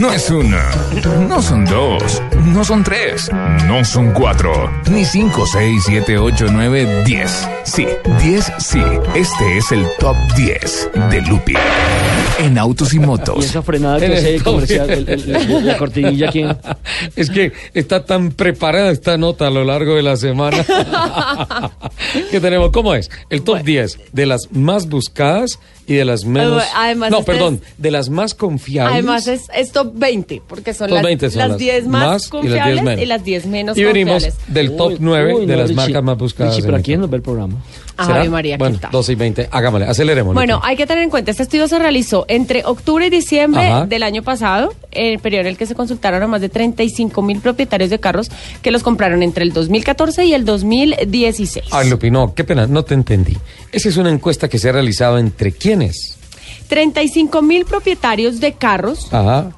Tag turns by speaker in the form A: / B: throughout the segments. A: No es una, no son dos, no son tres, no son cuatro, ni cinco, seis, siete, ocho, nueve, diez. Sí, diez, sí. Este es el top 10 de Lupi en autos y
B: Y
A: motos.
B: esa frenada que
C: En
B: hace
C: el
B: el comercial, el- el- el- la cortinilla aquí.
C: Es que está tan preparada esta nota a lo largo de la semana que tenemos. ¿Cómo es? El top 10 de las más buscadas y de las menos.
D: además
C: no,
D: este
C: perdón,
D: es-
C: de las más confiables.
D: Además es, es top 20, porque son,
C: Top
D: las,
C: 20 son
D: las
C: las
D: 10
C: más
D: más,
C: y las 10
D: confiables
C: menos.
D: y las 10 menos
C: y venimos
D: confiables.
C: del top
B: Uy,
C: 9
B: uy,
C: de
B: no,
C: las
B: Richie.
C: marcas más buscadas.
B: Richie,
C: en
B: ¿pero
C: el
B: quién
C: mundo.
B: nos ve el programa?
C: ¿Será?
D: Ave María,
C: Bueno,
D: qué tal.
C: 12 y 20. Hagámosle, aceleremos.
D: Bueno,
C: Lupi.
D: hay que tener en cuenta, este estudio se realizó entre octubre y diciembre
C: Ajá.
D: del año pasado, el periodo en el que se consultaron a más de 35 mil propietarios de carros que los compraron entre el 2014 y el 2016.
C: Ay, Lupi, no, qué pena, no te entendí. Esa es una encuesta que se ha realizado entre quiénes.
D: 35 mil propietarios de carros
C: Ajá.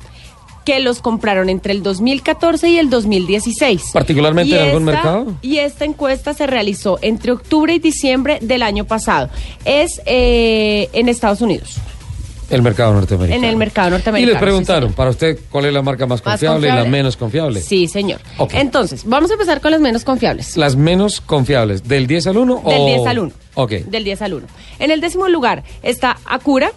D: que los compraron entre el 2014 y el 2016.
C: ¿Particularmente en algún mercado?
D: Y esta encuesta se realizó entre octubre y diciembre del año pasado. Es eh, en Estados Unidos.
C: El mercado norteamericano.
D: En el mercado norteamericano,
C: Y les preguntaron,
D: sí, señor.
C: para usted, ¿cuál es la marca más
D: ¿Más
C: confiable, y la menos confiable?
D: Sí, señor.
C: Ok.
D: Entonces, vamos a empezar con las menos confiables.
C: Las menos confiables, ¿del 10 al 1
D: Del
C: o...?
D: 10 al 1.
C: Oh, Ok.
D: Del 10 al 1. En el décimo lugar está Acura,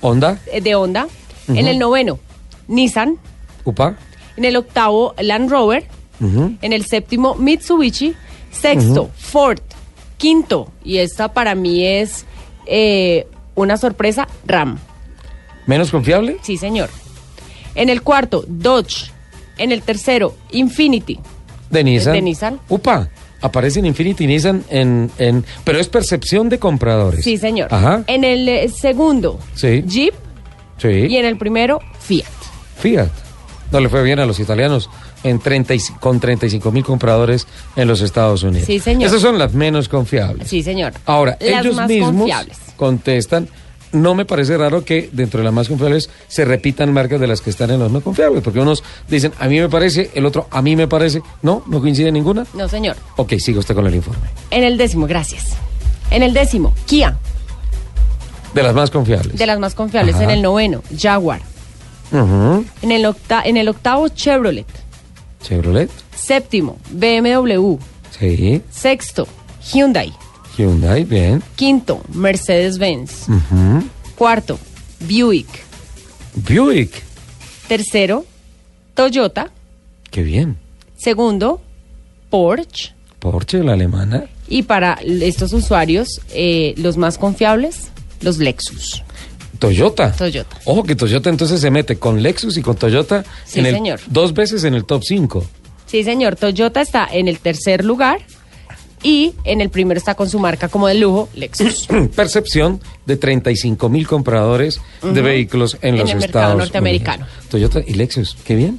C: Honda,
D: eh, de Honda. En el noveno, Nissan.
C: UPA,
D: En el octavo, Land Rover. En el séptimo, Mitsubishi. Sexto, Ford. Quinto, y esta para mí es eh, una sorpresa, Ram.
C: ¿menos confiable?
D: Sí, señor. En el cuarto, Dodge. En el tercero, Infinity.
C: De Nissan.
D: De Nissan.
C: UPA, aparece en Infinity y Nissan en, en... Pero es percepción de compradores.
D: Sí, señor.
C: Ajá.
D: En el eh, segundo,
C: Sí.
D: Jeep.
C: Sí.
D: Y en el primero, Fiat.
C: Fiat. No le fue bien a los italianos en 30 y- con 35 mil compradores en los Estados Unidos.
D: Sí, señor.
C: Esas son las menos confiables.
D: Sí, señor.
C: Ahora,
D: Las
C: ellos
D: más
C: mismos
D: confiables.
C: contestan. No me parece raro que dentro de las más confiables se repitan marcas de las que están en las no confiables, porque unos dicen a mí me parece, el otro a mí me parece. No, no coincide ninguna.
D: No, señor.
C: Ok, sigue usted con el informe.
D: En el décimo, gracias. En el décimo, Kia.
C: De las más confiables.
D: De las más confiables.
C: Ajá.
D: En el noveno, Jaguar.
C: Ujú.
D: En el, octa- en el octavo, Chevrolet.
C: Chevrolet.
D: Séptimo, BMW.
C: Sí.
D: Sexto, Hyundai.
C: Hyundai, bien.
D: Quinto, Mercedes-Benz. Cuarto, Buick.
C: Buick.
D: Tercero, Toyota.
C: Qué bien.
D: Segundo, Porsche.
C: Porsche, la alemana.
D: Y para estos usuarios, eh, los más confiables, los Lexus.
C: Toyota.
D: Toyota.
C: Ojo que Toyota entonces se mete con Lexus y con Toyota
D: Sí,
C: en el-
D: señor.
C: dos veces en el top 5.
D: Sí, señor, Toyota está en el tercer lugar y en el primero está con su marca como de lujo, Lexus.
C: Percepción de 35 mil compradores de vehículos en,
D: En
C: los
D: el mercado
C: Estados
D: norteamericano.
C: Unidos. Toyota y Lexus, qué bien.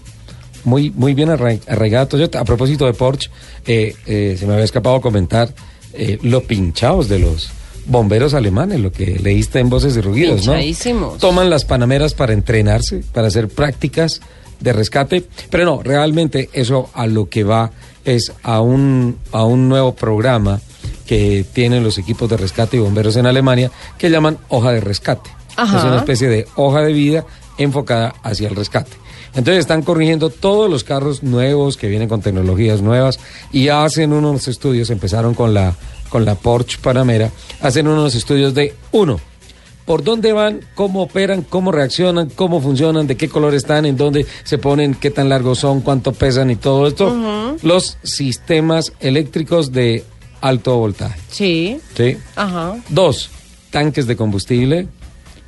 C: Muy, muy bien arraig- arraigada Toyota. A propósito de Porsche, eh, eh, se me había escapado comentar eh, lo pinchados de los bomberos alemanes, lo que leíste en Voces y Rugidos, ¿no?
D: Pinchadísimos.
C: Toman las panameras para entrenarse, para hacer prácticas de rescate, pero no, realmente eso a lo que va es a un, a un nuevo programa que tienen los equipos de rescate y bomberos en Alemania que llaman hoja de rescate.
D: Ajá.
C: Es una especie de hoja de vida enfocada hacia el rescate. Entonces están corrigiendo todos los carros nuevos que vienen con tecnologías nuevas y hacen unos estudios, empezaron con la, con la Porsche Panamera, hacen unos estudios de uno, por dónde van, cómo operan, cómo reaccionan, cómo funcionan, de qué color están, en dónde se ponen, qué tan largos son, cuánto pesan y todo esto. Los sistemas eléctricos de alto voltaje.
D: Sí.
C: ¿sí?
D: Ajá.
C: Dos, tanques de combustible.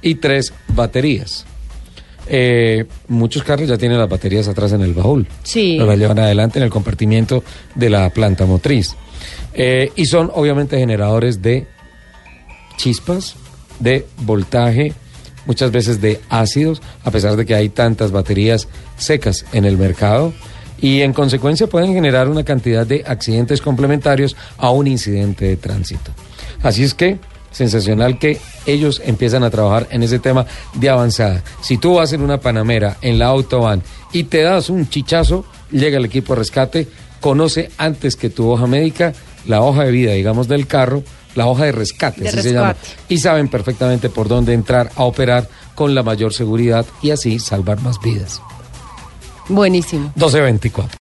C: Y tres, baterías. Eh, muchos carros ya tienen las baterías atrás en el baúl.
D: Sí.
C: No las llevan adelante en el compartimiento de la planta motriz. Eh, y son obviamente generadores de chispas, de voltaje, muchas veces de ácidos, a pesar de que hay tantas baterías secas en el mercado. Y en consecuencia pueden generar una cantidad de accidentes complementarios a un incidente de tránsito. Así es que, sensacional que ellos empiezan a trabajar en ese tema de avanzada. Si tú vas en una panamera, en la autobahn, y te das un chichazo, llega el equipo de rescate, conoce antes que tu hoja médica la hoja de vida, digamos, del carro, la hoja de rescate,
D: De
C: así se llama.
D: rescate.
C: Y saben perfectamente por dónde entrar a operar con la mayor seguridad y así salvar más vidas.
D: Buenísimo.
C: 1224.